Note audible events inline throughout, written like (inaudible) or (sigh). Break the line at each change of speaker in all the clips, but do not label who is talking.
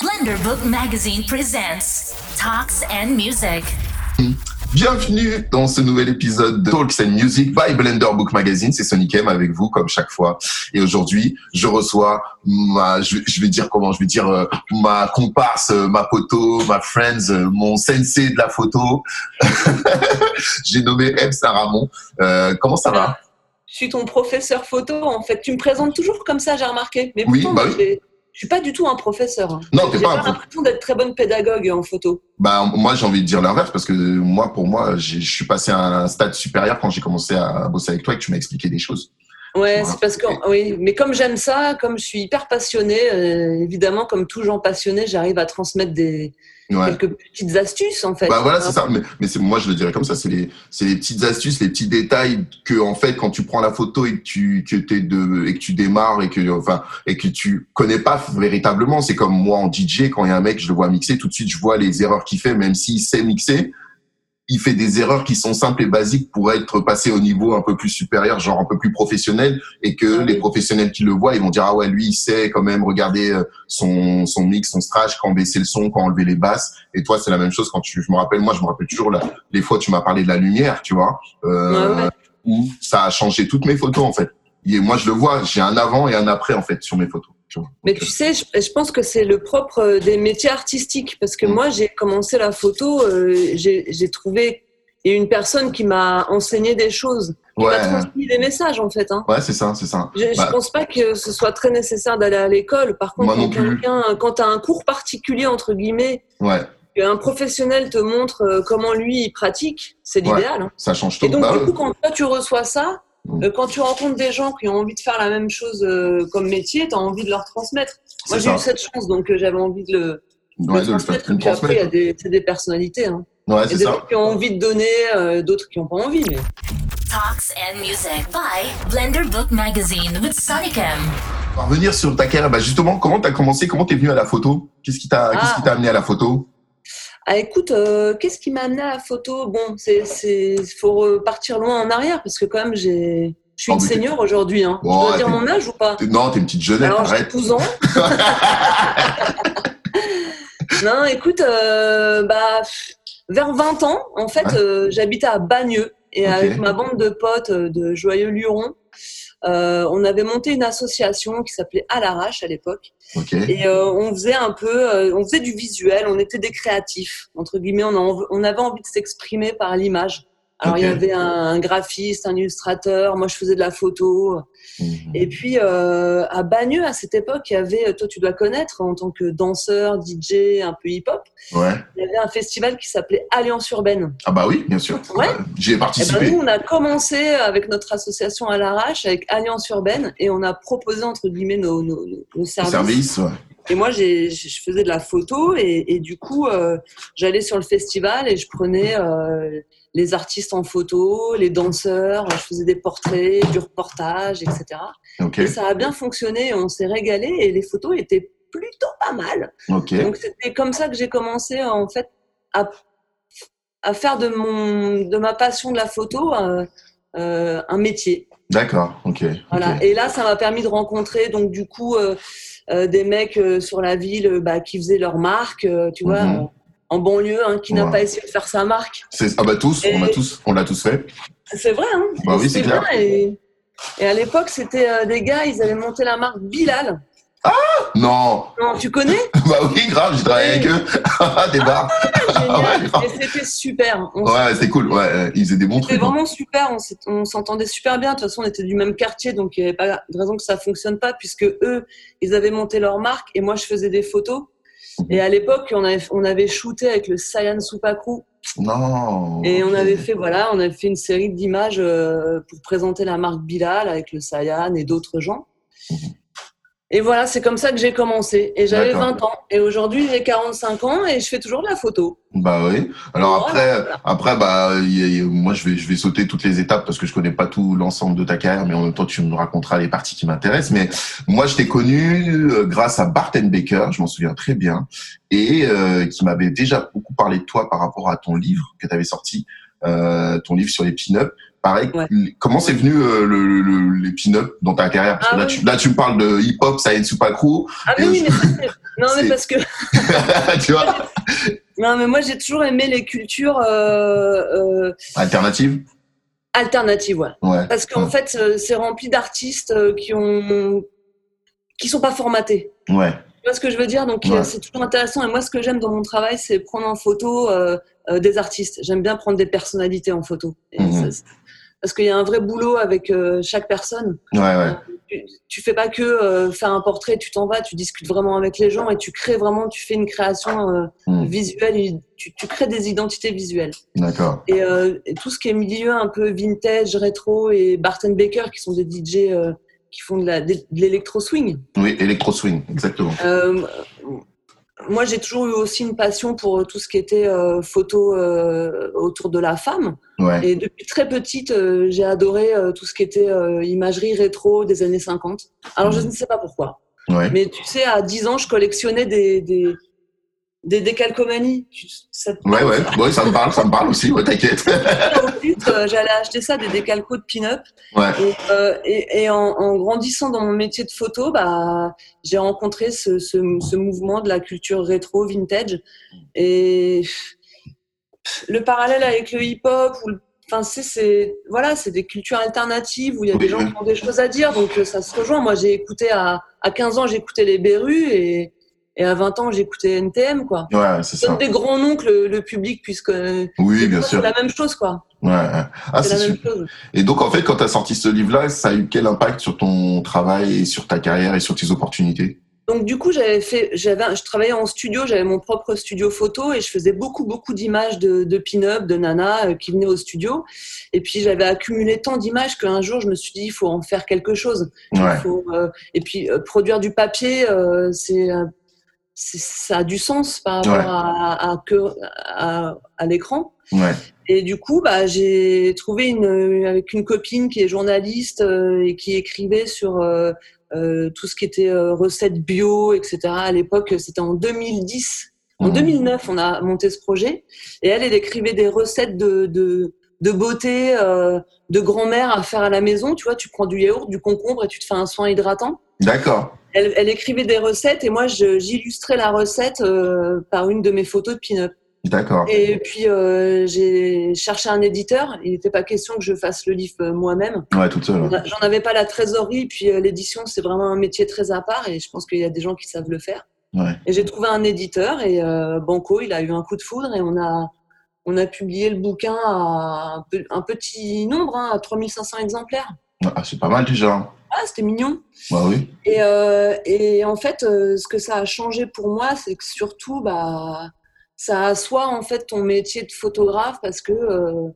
Thunderbook Magazine presents Talks and Music.
Bienvenue dans ce nouvel épisode de Talks and Music by Blender Book Magazine. C'est Sonic M avec vous comme chaque fois. Et aujourd'hui, je reçois ma, je, je vais dire comment, je vais dire euh, ma comparse, euh, ma poteau, ma friends, euh, mon sensei de la photo. (laughs) J'ai nommé M. Saramon. Euh, comment ça va
Je suis ton professeur photo, en fait. Tu me présentes toujours comme ça, j'ai remarqué. Mais
Oui,
pourtant,
bah
moi,
oui.
j'ai- je suis pas du tout un professeur. hein.
Non, t'es
J'ai
pas
pas
un pro-
l'impression d'être très bonne pédagogue en photo.
Bah moi j'ai envie de dire l'inverse parce que moi pour moi j'ai- je suis passé à un stade supérieur quand j'ai commencé à bosser avec toi et que tu m'as expliqué des choses.
Ouais,
Ouais.
c'est parce que oui, mais comme j'aime ça, comme je suis hyper passionnée, euh, évidemment, comme tout gens passionné, j'arrive à transmettre des
Ouais.
quelques petites astuces en fait.
Bah voilà, c'est ça. Mais, mais c'est moi je le dirais comme ça, c'est les c'est les petites astuces, les petits détails que en fait quand tu prends la photo et que tu que t'es de et que tu démarres et que enfin et que tu connais pas véritablement, c'est comme moi en DJ quand il y a un mec, je le vois mixer, tout de suite je vois les erreurs qu'il fait même s'il sait mixer. Il fait des erreurs qui sont simples et basiques pour être passé au niveau un peu plus supérieur, genre un peu plus professionnel, et que
Ouais.
les professionnels qui le voient, ils vont dire ah ouais lui il sait quand même regarder euh, son son mix, son strash, quand baisser le son, quand enlever les basses. Et toi, c'est la même chose quand tu, je me rappelle, moi, je me rappelle toujours la, les fois où tu m'as parlé de la lumière, tu vois, euh,
Ouais, ouais.
où ça a changé toutes mes photos, en fait. Et moi, je le vois, j'ai un avant et un après, en fait, sur mes photos. tu vois.
Mais
Donc,
tu sais, je, je pense que c'est le propre euh, des métiers artistiques parce que
Mm.
moi, j'ai commencé la photo, euh, j'ai j'ai trouvé il y a une personne qui m'a enseigné des choses,
euh,
qui
ouais,
m'a transmis des messages en fait. hein.
ouais, c'est ça, c'est ça.
Je, je
Bah.
pense pas que ce soit très nécessaire d'aller à l'école. Par contre,
Moi non
quand
plus.
quelqu'un- quand t'as un cours particulier entre guillemets,
Ouais,
qu'un professionnel te montre euh, comment lui il pratique, c'est
Ouais.
l'idéal. hein.
ça change tout.
Et donc,
Bah,
du coup, quand toi, tu reçois ça,
Mm.
euh, quand tu rencontres des gens qui ont envie de faire la même chose euh, comme métier, tu as envie de leur transmettre. Moi,
C'est
j'ai
ça.
eu cette chance, donc euh, j'avais envie de le,
ouais,
le
de le
transmettre.
faire-
Et
de
puis
le
après, il y a
transmettre.
des, c'est des personnalités. hein.
Ouais,
Et
c'est
des
ça.
gens qui ont envie de donner, euh, d'autres qui n'ont pas envie. Mais...
Talks and Music by Blender Book Magazine with Sonic M.
On va revenir sur ta carrière. Bah, justement, comment t'as commencé? Comment t'es venu à la photo? Qu'est-ce qui t'a, qu'est-ce
Ah.
qui t'a amené à la photo?
Ah, écoute, euh, qu'est-ce qui m'a amené à la photo Bon, c'est, c'est, faut repartir loin en arrière parce que quand même, j'ai, je suis
Oh,
une
mais t'es-
senior aujourd'hui. Hein.
Oh,
je dois dire
t'es-
mon âge ou pas
T'es- Non, t'es une petite jeunesse,
Alors, j'ai
arrête. (laughs)
12 ans. non, écoute, euh, bah, pff, vers 20 ans, en fait,
Ouais.
euh, j'habitais à Bagneux et
Ok.
avec ma bande de potes euh, de Joyeux Luron, euh, on avait monté une association qui s'appelait À l'arrache à l'époque.
Ok.
Et euh, on faisait un peu, euh, on faisait du visuel, on était des créatifs, entre guillemets, on, a env- on avait envie de s'exprimer par l'image. Alors, il y
Ok.
avait un graphiste, un illustrateur, moi je faisais de la photo. Et puis euh, à Bagneux, à cette époque, il y avait, toi tu dois connaître en tant que danseur, DJ, un peu hip-hop,
Ouais.
il y avait un festival qui s'appelait Alliance Urbaine.
Ah, bah oui, bien sûr.
Ouais.
J'y ai
Et ben,
participé.
nous, on a commencé avec notre association à l'arrache, avec Alliance Urbaine, et on a proposé entre guillemets nos, nos, nos- nos
Au
services.
service, ouais.
Et moi, j'ai- je faisais de la photo, et, et du coup, euh, j'allais sur le festival et je prenais euh, les artistes en photo, les danseurs, je faisais des portraits, du reportage, etc.
Ok,
Et ça a bien fonctionné, on s'est régalé et les photos étaient plutôt pas mal.
ok.
Donc c'était comme ça que j'ai commencé en fait à, à faire de, mon, de ma passion de la photo euh, euh, un métier.
D'accord, ok.
Voilà.
ok.
Et là, ça m'a permis de rencontrer donc du coup euh, euh, des mecs euh, sur la ville euh, bah, qui faisaient leur marque, euh, tu vois,
Mhm.
euh, en banlieue, hein, qui n'a
Ouais.
pas essayé de faire sa marque.
C'est- Ah bah tous, on l'a tous, on l'a tous fait.
C'est vrai, hein
Bah
Et
oui, c'est
c'était
clair.
bien, Et, et à l'époque, c'était euh, des gars, ils avaient monté la marque Bilal.
Non, (laughs)
Non, tu connais
bah oui, grave, j'ai travaillé avec eux. (laughs) des bars.
Génial.
Ah ouais.
Et c'était super. On s-
Ouais, c'était cool. Ouais, euh, ils faisaient des bons
C'était
trucs. hein.
vraiment super. On s'est- On s'entendait super bien. De toute façon, on était du même quartier, donc il n'y avait pas de raison que ça fonctionne pas, puisque eux, ils avaient monté leur marque et moi, je faisais des photos. Et à l'époque, on avait, on avait shooté avec le Sayan Supakru
Non.
et on
ok.
avait fait voilà, on avait fait une série d'images euh, pour présenter la marque Bilal avec le Sayan et d'autres gens. Et voilà, c'est comme ça que j'ai commencé. Et j'avais
D'accord.
20 ans. Et aujourd'hui, j'ai 45 ans et je fais toujours de la photo.
Bah oui. Alors
Voilà.
après, après bah y a- y a- moi je vais je vais sauter toutes les étapes parce que je connais pas tout l'ensemble de ta carrière, mais en même temps tu me raconteras les parties qui m'intéressent. Mais moi je t'ai connu euh, grâce à Bart Baker, je m'en souviens très bien, et euh, qui m'avait déjà beaucoup parlé de toi par rapport à ton livre que tu avais sorti, euh, ton livre sur les pin-up. Pareil,
Ouais.
comment c'est venu euh, le, le- les pin-up dans ta carrière Parce que
Ah
là,
oui.
tu, là, tu me parles de hip-hop, ça aide sous pas
(laughs) Ah
Et
mais oui,
je-
mais ça, c'est- Non, mais parce que.
(laughs) tu vois
Non, mais moi, j'ai toujours aimé les cultures euh, euh,
Alternative
alternatives, ouais.
Ouais.
Parce qu'en
Ouais.
fait, euh, c'est rempli d'artistes euh, qui ont qui sont pas formatés.
Ouais.
Tu vois ce que je veux dire Donc,
Ouais.
euh, c'est toujours intéressant. Et moi, ce que j'aime dans mon travail, c'est prendre en photo euh, euh, des artistes. J'aime bien prendre des personnalités en photo. Et
Mhm.
ça, c'est- parce qu'il y a un vrai boulot avec euh, chaque personne.
Ouais, ouais.
Tu, tu fais pas que euh, faire un portrait, tu t'en vas, tu discutes vraiment avec les gens et tu crées vraiment, tu fais une création euh,
Mhm.
visuelle, et tu, tu crées des identités visuelles.
D'accord.
Et, euh, et tout ce qui est milieu un peu vintage, rétro et Barton Baker, qui sont des DJ euh, qui font de la- de l'électro-swing.
Oui, Electro Swing, exactement.
Euh, moi, j'ai toujours eu aussi une passion pour tout ce qui était euh, photo euh, autour de la femme.
Ouais.
Et depuis très petite, euh, j'ai adoré euh, tout ce qui était euh, imagerie rétro des années 50. Alors, je ne sais pas pourquoi.
Ouais.
Mais tu sais, à 10 ans, je collectionnais des, des, des décalcomanies. Tu- ça te
Ouais, ouais. Ouais, ça me parle, ça me parle aussi, ouais,
(laughs)
t'inquiète.
parle au plus, euh, J'allais acheter ça, des décalcos de pin-up.
Ouais.
Et, euh, et- et en, en grandissant dans mon métier de photo, bah, j'ai rencontré ce, ce, ce mouvement de la culture rétro, vintage. Et le parallèle avec le hip-hop, ou le- enfin, c'est- c'est voilà, c'est des cultures alternatives où il y a
Oui,
des gens
oui.
qui ont des choses à dire, donc euh, ça se rejoint. Moi, j'ai écouté à, à 15 ans, j'écoutais les Berus et, et à 20 ans, j'écoutais NTM, quoi.
Ouais, c'est ça.
Comme des grands noms que le, le public puisque
Oui, bien
c'est
sûr.
la même chose, quoi.
Ouais. ouais. Ah, c'est
c'est la même
sûr.
chose.
Et donc, en fait, quand t'as sorti ce livre-là, ça a eu quel impact sur ton travail et sur ta carrière et sur tes opportunités
Donc du coup, j'avais fait, j'avais, je travaillais en studio, j'avais mon propre studio photo et je faisais beaucoup beaucoup d'images de, de pin-up, de nana euh, qui venaient au studio. Et puis j'avais accumulé tant d'images qu'un jour je me suis dit il faut en faire quelque chose.
Ouais.
Faut, euh, et puis euh, produire du papier, euh, c'est, euh, c'est- ça a du sens par rapport
Ouais.
à, à, que- à, à l'écran.
Ouais.
Et du coup, bah, j'ai trouvé une, euh, avec une copine qui est journaliste euh, et qui écrivait sur euh, euh, tout ce qui était euh, recettes bio, etc. À l'époque, c'était en 2010. En
Mhm.
2009, on a monté ce projet. Et elle, elle écrivait des recettes de, de, de beauté, euh, de grand-mère à faire à la maison. Tu vois, tu prends du yaourt, du concombre et tu te fais un soin hydratant.
D'accord.
Elle, elle écrivait des recettes et moi, je- j'illustrais la recette euh, par une de mes photos de pin-up.
D'accord.
Et puis euh, j'ai cherché un éditeur. Il n'était pas question que je fasse le livre euh, moi-même.
Ouais, toute seule. ouais.
J'en avais pas la trésorerie. Puis euh, l'édition, c'est vraiment un métier très à part. Et je pense qu'il y a des gens qui savent le faire.
Ouais.
Et j'ai trouvé un éditeur. Et euh, Banco, il a eu un coup de foudre. Et on a, on a publié le bouquin à un, peu- un petit nombre, hein, à 3500 exemplaires.
Ah, c'est pas mal déjà.
Ah, c'était mignon.
Bah oui.
Et, euh, et en fait, euh, ce que ça a changé pour moi, c'est que surtout, bah, ça assoit en fait ton métier de photographe parce que euh,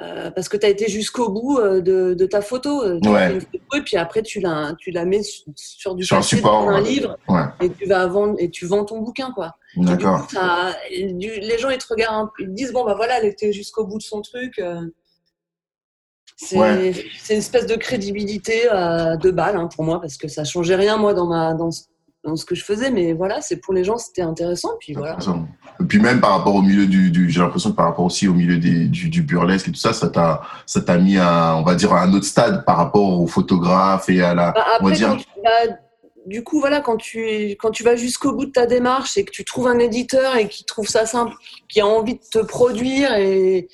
euh, parce que t'as été jusqu'au bout euh, de, de ta photo. Euh, tu
Ouais.
fais une photo et puis après tu la tu la mets sur, sur du
Sur un
papier,
support,
dans un
ouais.
livre
Ouais.
et tu vas vendre et tu vends ton bouquin quoi. Et du
D'accord.
coup, ça- du- les gens ils te regardent, un peu, ils te disent bon bah voilà, elle était jusqu'au bout de son truc. euh. c'est
Ouais.
c'est une espèce de crédibilité euh, de balle hein, pour moi parce que ça changeait rien moi dans ma dans ce, dans ce que je faisais, mais voilà, c'est pour les gens c'était intéressant puis voilà.
Intéressant. Et puis même par rapport au milieu du, du- j'ai l'impression que par rapport aussi au milieu des- du, du burlesque et tout ça, ça t'a, ça t'a mis à, on va dire, à un autre stade par rapport aux photographes et à la,
Bah,
on va
après,
dire.
quand tu- bah, du coup, voilà, quand tu, quand tu vas jusqu'au bout de ta démarche et que tu trouves un éditeur et qui trouve ça simple, qui a envie de te produire et,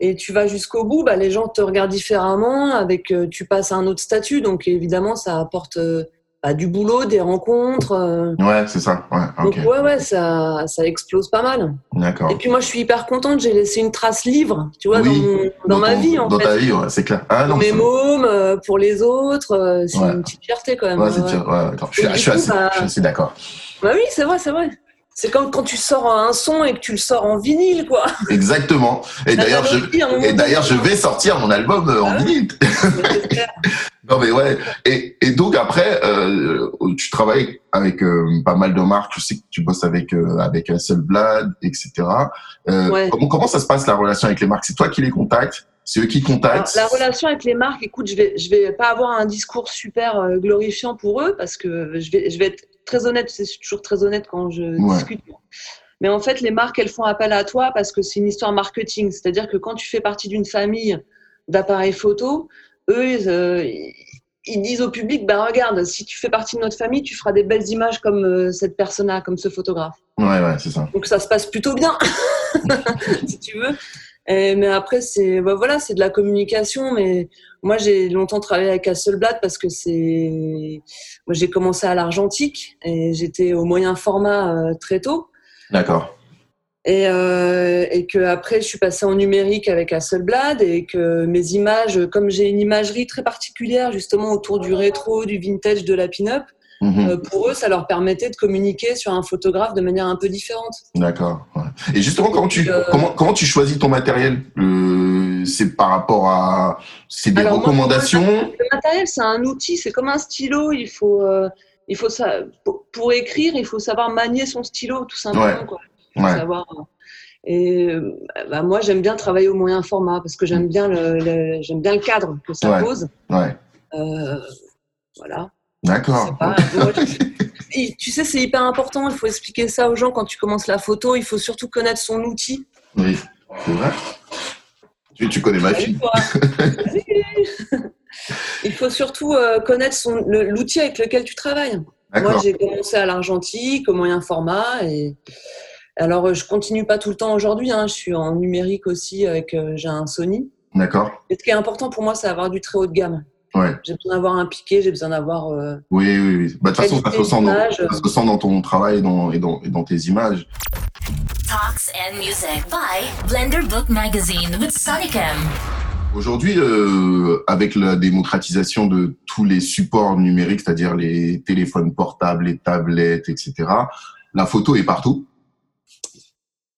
et tu vas jusqu'au bout, bah, les gens te regardent différemment, avec, euh, tu passes à un autre statut. Donc, évidemment, ça apporte euh, bah, du boulot, des rencontres. euh.
Ouais, c'est ça. Ouais, ok.
Donc, ouais, ouais, ça, ça explose pas mal.
D'accord.
Et puis, moi, je suis hyper contente, j'ai laissé une trace libre, tu vois,
Oui,
dans, mon- dans ma
ton-
vie, en
Dans
fait.
ta vie, ouais, c'est clair. Ah non.
Pour mes
c'est-
mômes, euh, pour les autres, euh, c'est
Ouais.
une petite fierté quand même.
Ouais, c'est
ouais.
clair. Ouais, d'accord. Je suis,
euh, Et
je
du
suis
coup,
assez,
bah-
je suis assez d'accord.
Bah oui, c'est vrai, c'est vrai. C'est comme quand tu sors un son et que tu le sors en vinyle, quoi.
Exactement. Et
(laughs)
d'ailleurs, je, et d'ailleurs, je vais sortir mon album euh, en
Ah ouais.
vinyle. (laughs) Non mais ouais. Et, et donc après, euh, tu travailles avec euh, pas mal de marques. Je sais que tu bosses avec euh, avec Hasselblad, etc. Euh,
Ouais.
Comment comment ça se passe la relation avec les marques C'est toi qui les contactes C'est eux qui
Alors,
contactent
la relation avec les marques, écoute, je vais, je vais pas avoir un discours super euh, glorifiant pour eux parce que je vais, je vais être très honnête. C'est toujours très honnête quand je
Ouais.
discute. Mais en fait, les marques, elles font appel à toi parce que c'est une histoire marketing. C'est-à-dire que quand tu fais partie d'une famille d'appareils photo, eux, ils, euh, ils- ils disent au public, bah regarde, si tu fais partie de notre famille, tu feras des belles images comme euh, cette personne-là, comme ce photographe.
Ouais, ouais, c'est ça.
Donc ça se passe plutôt bien, (laughs) si tu veux. Et- mais après, c'est bah, voilà, c'est de la communication. Mais moi, j'ai longtemps travaillé avec Hasselblad parce que c'est, moi, j'ai commencé à l'argentique et j'étais au moyen format euh, très tôt.
D'accord.
Et, euh, et que après, je suis passée en numérique avec Hasselblad et que mes images, comme j'ai une imagerie très particulière justement autour du rétro, du vintage, de la pin-up,
Mhm.
euh, pour eux, ça leur permettait de communiquer sur un photographe de manière un peu différente.
D'accord. ouais. Et justement, comment tu,
Euh,
comment, comment tu choisis ton matériel Euh, C'est par rapport à. C'est des
Alors, moi,
recommandations
Le matériel, c'est un outil, c'est comme un stylo. Il faut, euh, il faut ça, pour, pour écrire, il faut savoir manier son stylo, tout simplement.
Ouais.
quoi. Faut
Ouais.
savoir. euh, Et euh, bah, moi, j'aime bien travailler au moyen format parce que j'aime bien le, le- j'aime bien le cadre que ça
Ouais.
pose.
Ouais.
Euh, voilà.
D'accord.
C'est pas- moi, je- Et tu sais, c'est hyper important. Il faut expliquer ça aux gens quand tu commences la photo. Il faut surtout connaître son outil.
Oui. C'est vrai. Tu, Bah, tu connais ma
Salut,
fille. (laughs)
toi. Salut. (laughs) Il faut surtout euh, connaître son- le- l'outil avec lequel tu travailles. Moi,
D'accord.
j'ai commencé à l'argentique, au moyen format. Et... Alors, euh, je continue pas tout le temps aujourd'hui. hein. Je suis en numérique aussi. avec euh, J'ai un Sony.
D'accord.
Et ce qui est important pour moi, c'est avoir du très haut de gamme.
Ouais.
J'ai besoin d'avoir un piqué, j'ai besoin d'avoir. euh,
Oui, oui, oui. Bah, de toute façon, ça se,
Qualité
sent dans,
d'image.
ça se sent dans ton travail et dans, et dans, et dans tes images.
Talks and music by Blender Book Magazine with Sonic M.
Aujourd'hui, euh, avec la démocratisation de tous les supports numériques, c'est-à-dire les téléphones portables, les tablettes, etc., la photo est partout.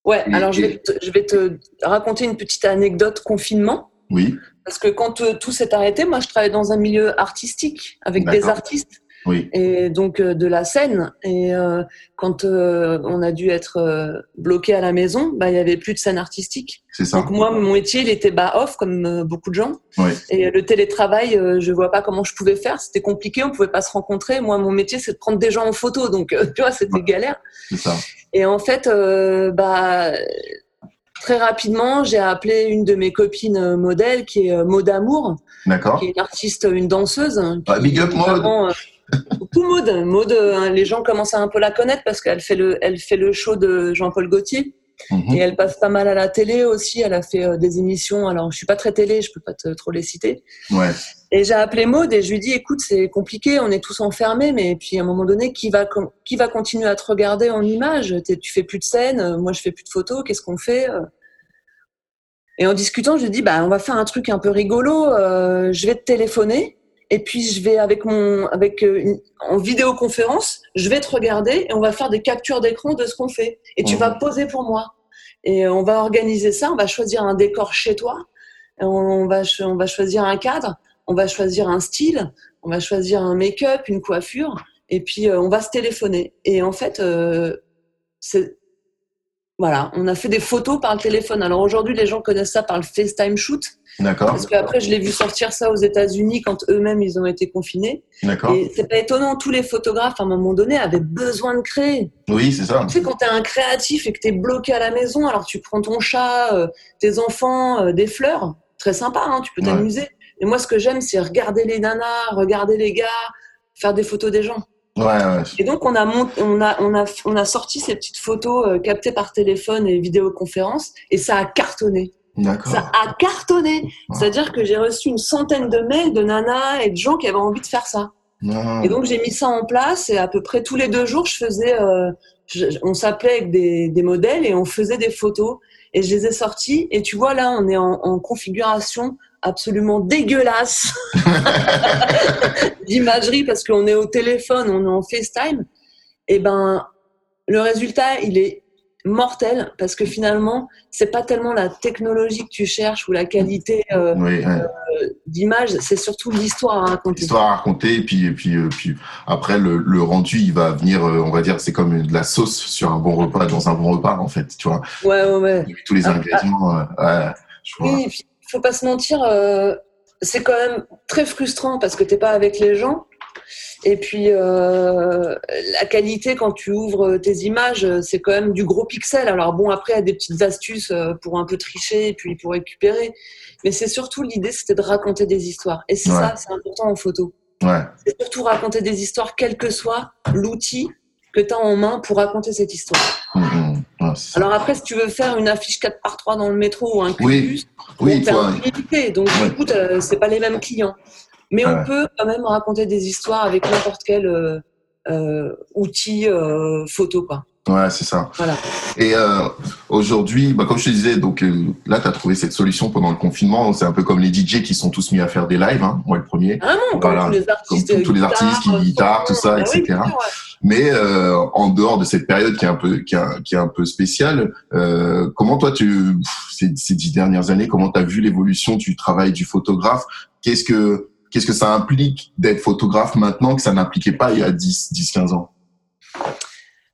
Ouais,
Et-
alors je
et-
vais, te, je vais te raconter une petite anecdote confinement.
Oui,
Parce que quand euh, tout s'est arrêté, moi je travaillais dans un milieu artistique avec des
D'accord.
artistes
oui,
et donc euh, de la scène. Et euh, quand euh, on a dû être euh, bloqué à la maison, bah, il y avait plus de scène artistique.
c'est ça.
Donc moi, mon métier, il était bas off comme euh, beaucoup de gens.
Ouais.
Et euh, le télétravail, euh, je vois pas comment je pouvais faire. C'était compliqué, on pouvait pas se rencontrer. Moi, mon métier, c'est de prendre des gens en photo. Donc euh, (laughs) tu vois, c'était
Ouais.
galère.
C'est ça.
Et en fait, euh, bah, très rapidement, j'ai appelé une de mes copines euh, modèles qui est euh, Maud Amour,
D'accord.
qui est une artiste, une danseuse. hein,
Ah,
qui
big
est
up, Maud.
vraiment, euh, Coucou Maud. Maud, euh, hein, les gens commencent à un peu la connaître parce qu'elle fait le, elle fait le show de Jean-Paul Gaultier.
Mhm.
Et elle passe pas mal à la télé aussi. Elle a fait euh, des émissions. Alors, je suis pas très télé, je peux pas te- trop les citer.
Ouais,
Et j'ai appelé Maud et je lui dis écoute, c'est compliqué, on est tous enfermés, mais puis à un moment donné, qui va, con- qui va continuer à te regarder en image T'es- Tu fais plus de scènes, euh, moi je fais plus de photos, qu'est-ce qu'on fait euh Et en discutant, je lui dis bah, on va faire un truc un peu rigolo, euh, je vais te téléphoner. Et puis je vais avec mon avec euh, une- en vidéoconférence, je vais te regarder et on va faire des captures d'écran de ce qu'on fait. Et tu
Mhm.
vas poser pour moi. Et euh, on va organiser ça, on va choisir un décor chez toi, et on, on va cho- on va choisir un cadre, on va choisir un style, on va choisir un make-up, une coiffure, et puis euh, on va se téléphoner. Et en fait, euh, c'est voilà, on a fait des photos par le téléphone. Alors aujourd'hui, les gens connaissent ça par le FaceTime shoot,
d'accord,
parce qu'après, je l'ai vu sortir ça aux États-Unis quand eux-mêmes ils ont été confinés.
d'accord.
Et c'est pas étonnant, tous les photographes à un moment donné avaient besoin de créer.
Oui, c'est ça.
Tu sais, quand t'es un créatif et que t'es bloqué à la maison, alors tu prends ton chat, euh, tes enfants, euh, des fleurs, très sympa, hein, tu peux
Ouais.
t'amuser. Et moi, ce que j'aime, c'est regarder les nanas, regarder les gars, faire des photos des gens.
Ouais, ouais.
Et donc, on a, mont- on a, on a, on a sorti ces petites photos euh, captées par téléphone et vidéoconférence, et ça a cartonné.
D'accord.
Ça a cartonné.
Wow.
C'est-à-dire que j'ai reçu une centaine de mails de nanas et de gens qui avaient envie de faire ça.
Non.
Et donc j'ai mis ça en place et à peu près tous les deux jours, je faisais, euh, je- on s'appelait avec des, des modèles et on faisait des photos et je les ai sorties. Et tu vois là, on est en, en configuration absolument dégueulasse (laughs) d'imagerie parce qu'on est au téléphone, on est en FaceTime. Et ben le résultat, il est mortel parce que finalement, c'est pas tellement la technologie que tu cherches ou la qualité euh,
Oui, ouais.
d'image, c'est surtout l'histoire à raconter.
Histoire à raconter, et puis, et puis, euh, puis après, le, le rendu, il va venir, euh, on va dire, c'est comme de la sauce sur un bon repas, dans un bon repas, en fait, tu vois.
Ouais, ouais, ouais.
Avec tous les
Ah,
ingrédients, euh, ouais, je vois.
Oui, et puis faut pas se mentir, euh, c'est quand même très frustrant parce que t'es pas avec les gens. Et puis euh, la qualité quand tu ouvres tes images, euh, c'est quand même du gros pixel. Alors bon, après il y a des petites astuces euh, pour un peu tricher et puis pour récupérer, mais c'est surtout l'idée, c'était de raconter des histoires. Et c'est
Ouais.
ça, c'est important en photo.
Ouais.
C'est surtout raconter des histoires, quel que soit l'outil que tu as en main pour raconter cette histoire.
Mhm. Ouais, c'est ça.
Alors après, si tu veux faire une affiche 4 par 3 dans le métro ou un
Oui.
cubus,
oui,
bon, ben, t'as
toi.
un limité, donc
Ouais.
du coup, t'as- c'est pas les mêmes clients. Mais
Ah
on
ouais.
peut quand même raconter des histoires avec n'importe quel euh, euh, outil euh, photo, quoi.
Ouais, c'est ça.
Voilà.
Et euh, aujourd'hui, bah, comme je te disais, donc euh, là, tu as trouvé cette solution pendant le confinement. C'est un peu comme les DJ qui sont tous mis à faire des lives, hein, moi le premier,
Ah non, comme
Voilà.
tous les
comme
artistes,
tous- tous les
guitare,
artistes qui guitarent, tout ça,
bah oui,
etc.
bien sûr, ouais.
Mais euh, en dehors de cette période qui est un peu qui est un, qui est un peu spéciale, euh, comment toi tu pff, ces, ces dix dernières années, comment tu as vu l'évolution du travail du photographe Qu'est-ce que qu'est-ce que ça implique d'être photographe maintenant que ça n'impliquait pas il y a 10 10 15 ans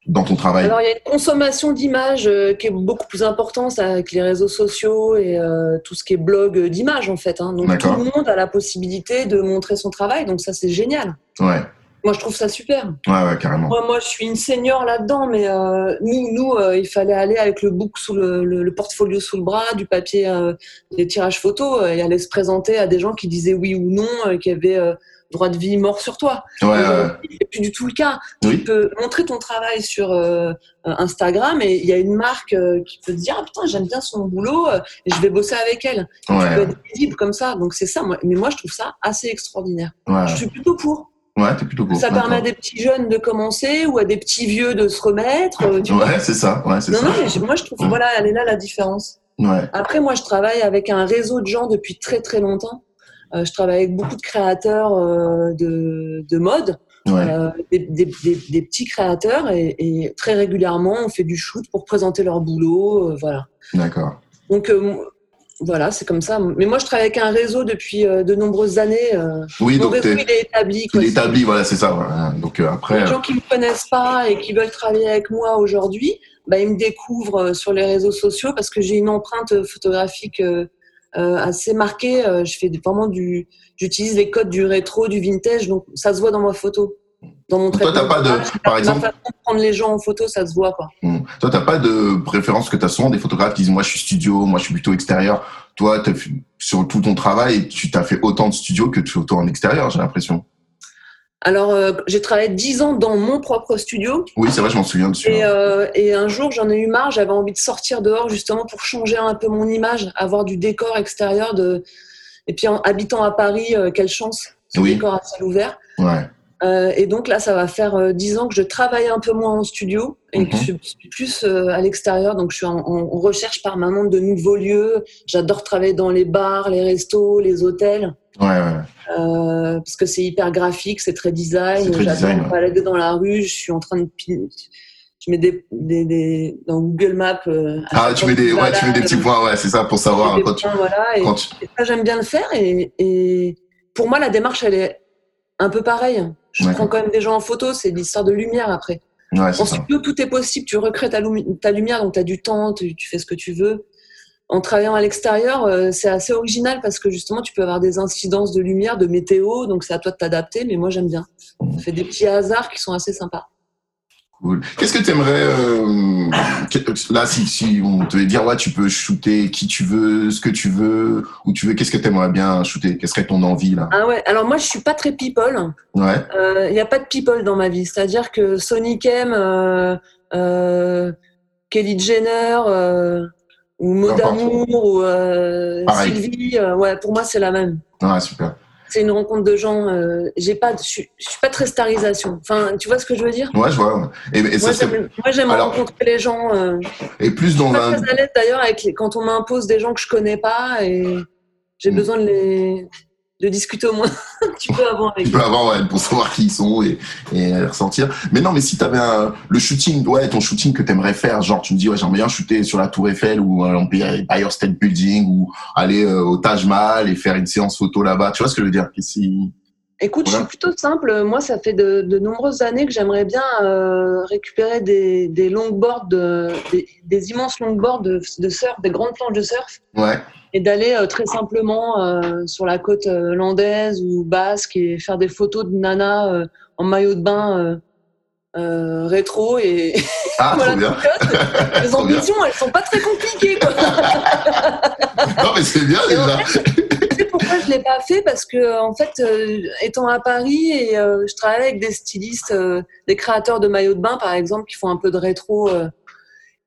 dans ton travail
Alors, il y a une consommation d'images euh, qui est beaucoup plus importante ça, avec les réseaux sociaux et euh, tout ce qui est blog euh, d'images, en fait. hein. Donc, tout
D'accord.
le monde a la possibilité de montrer son travail. Donc, ça, c'est génial.
Ouais,
Moi, je trouve ça super.
ouais, ouais, carrément.
Moi, moi je suis une senior là-dedans, mais euh, nous, nous euh, il fallait aller avec le book sous le, le- le portfolio sous le bras, du papier, euh, des tirages photos, euh, et aller se présenter à des gens qui disaient oui ou non, euh, qui avaient euh, droit de vie, mort sur toi. Euh,
Ouais, ouais,
C'est plus du tout le cas. Tu
oui,
peux montrer ton travail sur euh, euh, Instagram et il y a une marque euh, qui peut te dire ah putain j'aime bien son boulot, euh, et je vais bosser avec elle. Tu peux
ouais,
être visible comme ça, donc c'est ça. Moi. Mais moi je trouve ça assez extraordinaire.
ouais.
Je suis plutôt pour.
Ouais, t'es plutôt court.
Ça permet à
d'accord.
des petits jeunes de commencer ou à des petits vieux de se remettre. euh, tu vois.
Ouais, c'est ça. Ouais, c'est
Non,
ça.
non, mais je- moi je trouve,
Ouais.
voilà, elle est là la différence.
Ouais,
Après, moi je travaille avec un réseau de gens depuis très très longtemps. Euh, je travaille avec beaucoup de créateurs euh, de, de mode,
ouais,
euh, des, des- des- des petits créateurs, et, et très régulièrement on fait du shoot pour présenter leur boulot. euh, voilà.
d'accord.
Donc euh, voilà, c'est comme ça. Mais moi je travaille avec un réseau depuis euh, de nombreuses années. euh.
Oui,
Mon
donc
réseau
t'es
il est établi. quoi.
il est établi, voilà, c'est ça. voilà. Donc euh, après,
Les
euh,
gens qui ne me connaissent pas et qui veulent travailler avec moi aujourd'hui, bah, ils me découvrent euh, sur les réseaux sociaux parce que j'ai une empreinte photographique euh, euh, assez marquée. Euh, Je fais vraiment du, j'utilise les codes du rétro, du vintage, donc ça se voit dans ma photo, dans mon
Donc toi,
traitement.
t'as pas de-
d'image,
par
ma
exemple-
façon de prendre les gens en photo, ça se voit quoi.
hum. toi, t'as pas de préférence que t'as souvent des photographes qui disent moi je suis studio, moi je suis plutôt extérieur. Toi, t'as fait- sur tout ton travail, tu t'as fait autant de studio que de photos en extérieur, j'ai l'impression.
Alors euh, j'ai travaillé 10 ans dans mon propre studio
Oui, c'est vrai, je m'en souviens dessus.
Et, euh, et un jour, j'en ai eu marre, j'avais envie de sortir dehors justement pour changer un peu mon image, avoir du décor extérieur. De... Et puis en habitant à Paris, euh, quelle chance, ce
Oui.
décor à ciel ouvert.
Ouais,
Euh, et donc là, ça va faire euh, 10 ans que je travaille un peu moins en studio et que
Mhm.
je suis plus euh, à l'extérieur. Donc je suis en, en- en recherche permanente de nouveaux lieux. J'adore travailler dans les bars, les restos, les hôtels.
ouais, ouais.
Euh, parce que c'est hyper graphique, c'est très
C'est
design.
très
J'adore
design,
me
ouais.
balader dans la rue. Je suis en train de pin- je mets des, des, des- dans Google Maps. euh,
Ah,
à chaque
tu
fois
mets
que
des,
je me
ouais, tu mets des
balade,
petits
je
points, ouais, c'est ça pour
mets
savoir
des
quand tu,
points, voilà, et,
quand tu-
et ça j'aime bien le faire. Et, et pour moi, la démarche, elle est un peu pareille. Je
D'accord.
prends quand même des gens en photo. C'est de l'histoire de lumière après.
ouais, c'est
En
ça.
studio, tout est possible. Tu recrées ta, lumi- ta lumière, donc tu as du temps, tu, tu fais ce que tu veux. En travaillant à l'extérieur, euh, c'est assez original parce que justement, tu peux avoir des incidences de lumière, de météo, donc c'est à toi de t'adapter, mais moi j'aime bien. Ça fait des petits hasards qui sont assez sympas.
Cool. Qu'est-ce que t'aimerais euh, que- là si, si on devait dire ouais tu peux shooter qui tu veux ce que tu veux où tu veux qu'est-ce que t'aimerais bien shooter qu'est-ce serait ton envie là
Ah ouais, alors moi je suis pas très people.
ouais
Il n'y a pas de people dans ma vie, c'est-à-dire que Sonic M, euh, euh, Kelly Jenner, euh, ou Maud
N'importe.
Amour, ou euh,
Pareil.
Sylvie, euh, ouais, pour moi c'est la même.
ouais super
c'est une rencontre de gens. euh, j'ai pas, je suis je suis pas très starisation. Enfin, tu vois ce que je veux dire
ouais je vois ouais. et, et,
Moi,
ça, c'est-
j'aime moi, j'aime
Alors-
rencontrer les gens. euh,
et plus
je
dans
suis pas
un
très à l'aise d'ailleurs avec les- quand on m'impose des gens que je connais pas et j'ai
Mm.
besoin de les de discuter au moins (laughs) un petit peu avant avec.
tu peux avoir ouais, pour savoir qui ils sont et, et euh, ressentir mais non mais si t'avais un le shooting ouais ton shooting que t'aimerais faire genre tu me dis ouais j'aimerais bien shooter sur la Tour Eiffel ou euh, l'Empire State Building ou aller euh, au Taj Mahal et faire une séance photo là-bas tu vois ce que je veux dire Qu'est-ce qui-
Écoute, je
Voilà.
suis plutôt simple. Moi, ça fait de, de nombreuses années que j'aimerais bien euh, récupérer des, des longboards, de, des, des immenses longboards de, de surf, des grandes planches de surf.
ouais
et d'aller euh, très simplement euh, sur la côte euh, landaise ou basque et faire des photos de nanas euh, en maillot de bain euh, euh, rétro et (laughs)
ah
voilà
trop bien (laughs)
tout cote. les
Trop bien.
ambitions elles sont pas très compliquées quoi.
Non, mais c'est bien
Et en
déjà.
fait, tu sais pourquoi Moi, je l'ai pas fait parce que, en fait, euh, étant à Paris et euh, je travaillais avec des stylistes, euh, des créateurs de maillots de bain, par exemple, qui font un peu de rétro. euh,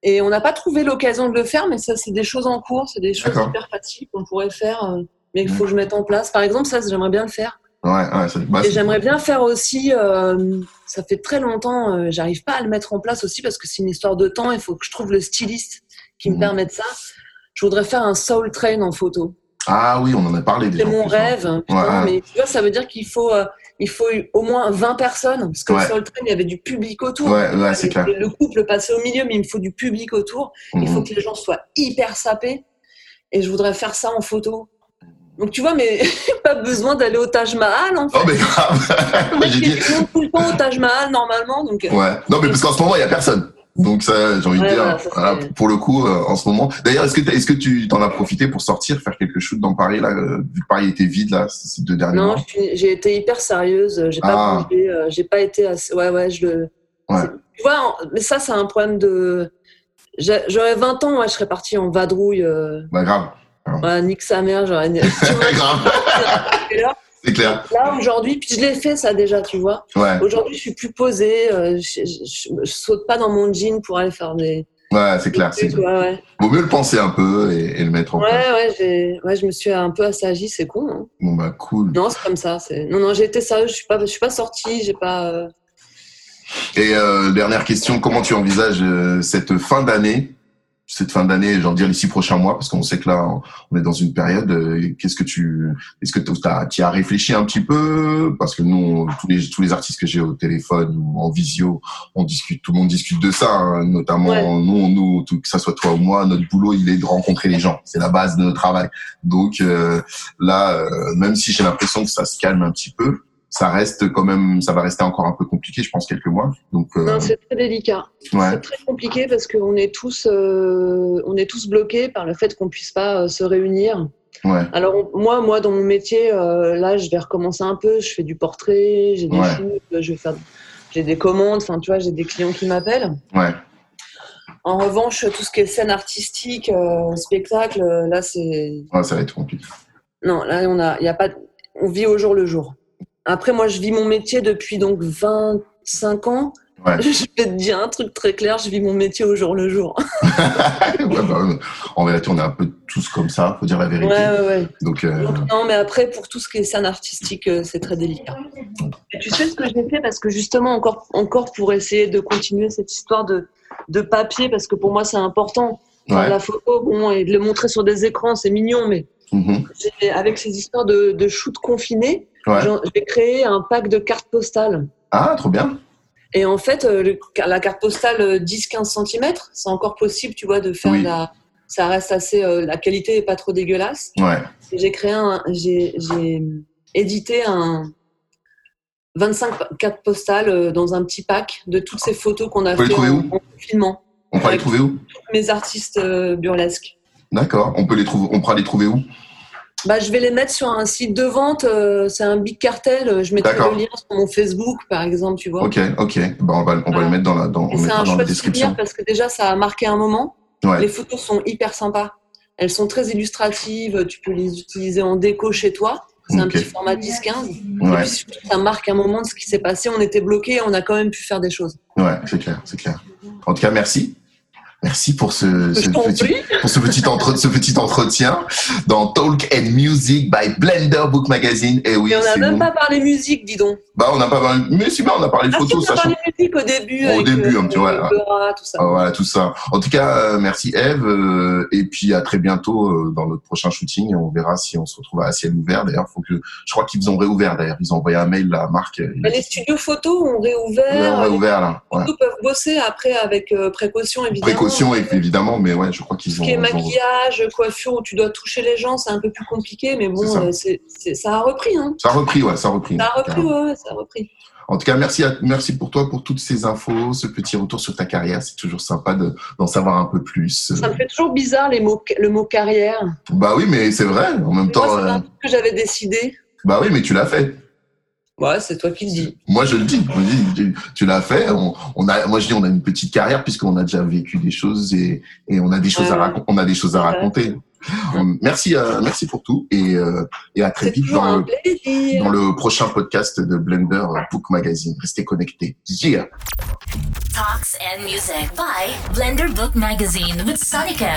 et on n'a pas trouvé l'occasion de le faire, mais ça, c'est des choses en cours, c'est des choses
D'accord. Mmh.
hyper pratiques qu'on pourrait faire, euh, mais qu'il faut que je mette en place. Par exemple, ça, j'aimerais bien le faire.
Ouais, ouais, ça- bah,
Et
c'est-
j'aimerais bien faire aussi, euh, ça fait très longtemps, euh, j'arrive pas à le mettre en place aussi parce que c'est une histoire de temps, il faut que je trouve le styliste qui me
Mhm.
permette ça. Je voudrais faire un soul train en photo.
Ah oui, on en a parlé déjà.
C'est mon
en plus, hein.
rêve. putain, Mais tu vois, ça veut dire qu'il faut, euh, il faut au moins 20 personnes parce que
Ouais.
le soul train, il y avait du public autour.
Ouais, ouais, c'est clair.
Le- Le couple passait au milieu, mais il me faut du public autour. Il faut
Mhm.
que les gens soient hyper sapés. Et je voudrais faire ça en photo. Donc tu vois, mais (laughs) pas besoin d'aller au Taj Mahal en fait.
Oh, mais grave. Moi, (laughs)
Moi,
j'ai
qui
dit.
est tout le temps au Taj Mahal normalement, donc euh,
Ouais. Non, mais parce qu'en ce moment, il n'y a personne. Donc, ça, j'ai envie de
Ouais,
dire,
voilà, ça,
voilà,
c'est-
pour le coup, euh, en ce moment. D'ailleurs, est-ce que, t'as- est-ce que tu t'en as profité pour sortir, faire quelques shoots dans Paris, là, euh, vu que Paris était vide, là, ces ces deux derniers
non,
mois
je suis- j'ai été hyper sérieuse, j'ai
Ah.
pas bougé, euh, j'ai pas été assez. Ouais, ouais, je le.
Ouais.
c'est- Tu vois, en- mais ça, c'est un problème de. J'a- J'aurais 20 ans, moi, je serais partie en vadrouille. Euh...
Bah, grave.
(laughs) Ouais, nique sa mère, j'aurais. tu vois,
(laughs) grave. C'est clair.
Là, aujourd'hui, puis je l'ai fait ça déjà, tu vois.
Ouais.
Aujourd'hui, je suis plus posée, euh, je, je- je- je saute pas dans mon jean pour aller faire des.
Ouais, c'est clair.
des
C'est...
trucs, ouais, ouais.
Vaut mieux le penser un peu et, et le mettre en
Ouais,
place.
ouais, j'ai- ouais, je me suis un peu assagie, c'est con, hein.
Bon, bah, cool.
Non, c'est comme ça. c'est- Non, non, j'ai été sérieuse. Je suis pas, je suis pas sortie. J'ai pas. euh,
Et euh, dernière question, comment tu envisages euh, cette fin d'année cette fin d'année, j'ai envie de dire les six prochains mois, parce qu'on sait que là, on- on est dans une période. euh, Qu'est-ce que tu, est-ce que t'as- tu y as réfléchi un petit peu Parce que nous, on- tous les tous les artistes que j'ai au téléphone ou en visio, on discute, tout le monde discute de ça, hein, notamment
Ouais.
nous, nous, tout- que ça soit toi ou moi, notre boulot, il est de rencontrer les gens. C'est la base de notre travail. Donc euh, là, euh, même si j'ai l'impression que ça se calme un petit peu, ça reste quand même, ça va rester encore un peu compliqué, je pense, quelques mois. Donc euh,
Non, c'est très délicat.
ouais.
C'est très compliqué parce qu'on est tous, euh, on est tous bloqués par le fait qu'on puisse pas euh, se réunir.
Ouais,
Alors on- moi, moi, dans mon métier, euh, là, je vais recommencer un peu. Je fais du portrait, j'ai des
Ouais.
shoots, je vais faire, j'ai des commandes. Enfin, tu vois, j'ai des clients qui m'appellent.
ouais,
En revanche, tout ce qui est scène artistique, euh, spectacle, euh, là, c'est
ouais, ça va être compliqué. (laughs)
Non, là, on a, y a pas, on vit au jour le jour. Après, moi, je vis mon métier depuis donc 25 ans.
Ouais.
(laughs) Je vais te dire un truc très clair, je vis mon métier au jour le jour.
Ouais, bah, euh, en vérité, on est un peu tous comme ça, faut dire la
Ouais,
vérité.
ouais, ouais.
Donc, euh,
Donc, non, mais après, pour tout ce qui est scène artistique, euh, c'est très délicat. Et tu sais ce que j'ai fait parce que justement, encore, encore pour essayer de continuer cette histoire de, de papier, parce que pour moi, c'est important. Enfin,
ouais.
La photo, bon, et de le montrer sur des écrans, c'est mignon, mais
Mhm.
j'ai- avec ces histoires de, de shoot confiné,
Ouais.
j'ai créé un pack de cartes postales.
Ah, trop bien.
Et en fait, euh, le- la carte postale euh, 10-15 cm, c'est encore possible, tu vois, de faire
Oui.
la. Ça reste assez. euh, la qualité est pas trop dégueulasse.
Ouais,
Et J'ai créé un. J'ai j'ai édité un. 25 pa- cartes postales euh, dans un petit pack de toutes ces photos qu'on a
Vous les
fait
trouvez
en,
où
en confinement.
on pourra les
Ouais.
trouver où
Mes artistes euh, burlesques.
D'accord, on peut les trouver, on pourra les trouver où
Bah, je vais les mettre sur un site de vente. euh, c'est un big cartel. euh, Je mettrai
D'accord.
le lien sur mon Facebook, par exemple, tu vois.
Ok, ok. Bah, on va, on va
Voilà.
le mettre dans la, dans, on
Et c'est
mettra
un
dans la
chouette souvenir
description.
parce que déjà, ça a marqué un moment. Les
Ouais,
photos sont hyper sympas. Elles sont très illustratives. Tu peux les utiliser en déco chez toi. C'est un
Ok.
petit format 10-15. Et
ouais,
puis surtout, ça marque un moment de ce qui s'est passé. On était bloqués, on a quand même pu faire des choses.
ouais, c'est clair, c'est clair. En tout cas, merci. Merci pour ce, ce
Je t'en
petit,
prie.
pour ce petit, entre, ce petit entretien dans Talk and Music by Blender Book Magazine. Et oui,
Et on n'a
c'est
même
nous.
pas parlé musique, dis donc.
Bah, on n'a pas parlé, mais si, bah, on a parlé
Ah, si,
photo,
on a
sachant
parlé musique au début.
Au
avec,
début, un petit, ouais,
avec Laura, tout ça.
Ah, voilà, tout ça. En tout cas, euh, merci Eve. euh, et puis à très bientôt euh, dans notre prochain shooting. On verra si on se retrouve à ciel ouvert. D'ailleurs, faut que je crois qu'ils ont réouvert. D'ailleurs, ils ont envoyé un mail à Marc. euh, il
Mais
a
Bah, les
dit-
studios photos ont
Ils ont
réouvert.
réouvert là.
Les
Ouais.
photos peuvent bosser après avec euh, précaution, évidemment.
Précaution et- évidemment, mais ouais, je crois qu'ils
Tout
ont.
ce qui est
ils ont-
maquillage, coiffure, où tu dois toucher les gens, c'est un peu plus compliqué. Mais bon,
C'est ça.
euh, c'est- c'est- ça a repris. Hein.
Ça a repris, ouais, ça a repris.
Ça a repris, ouais, ouais, ça a repris.
En tout cas, merci, à- merci pour toi, pour toutes ces infos, ce petit retour sur ta carrière. C'est toujours sympa de- d'en savoir un peu plus.
Ça me fait toujours bizarre les mots, le mot carrière.
Bah oui, mais c'est vrai. En même temps,
Moi, c'est
euh,
un truc que j'avais décidé.
bah oui, mais tu l'as fait.
Ouais, c'est toi qui le dis.
Moi, je le dis. Je le dis, tu- tu l'as fait. On, on a, moi, je dis, on a une petite carrière puisqu'on a déjà vécu des choses et, et on a des choses
Ouais,
à
ouais.
raconter. On a des choses à
Ouais.
raconter. Euh, Merci, à- merci pour tout et, euh, et à très
C'est
vite
toujours
dans
un
le,
plaisir.
dans le prochain podcast de Blender Book Magazine. Restez connectés. Yeah.
Talks and music by Blender Book Magazine with Sonicam.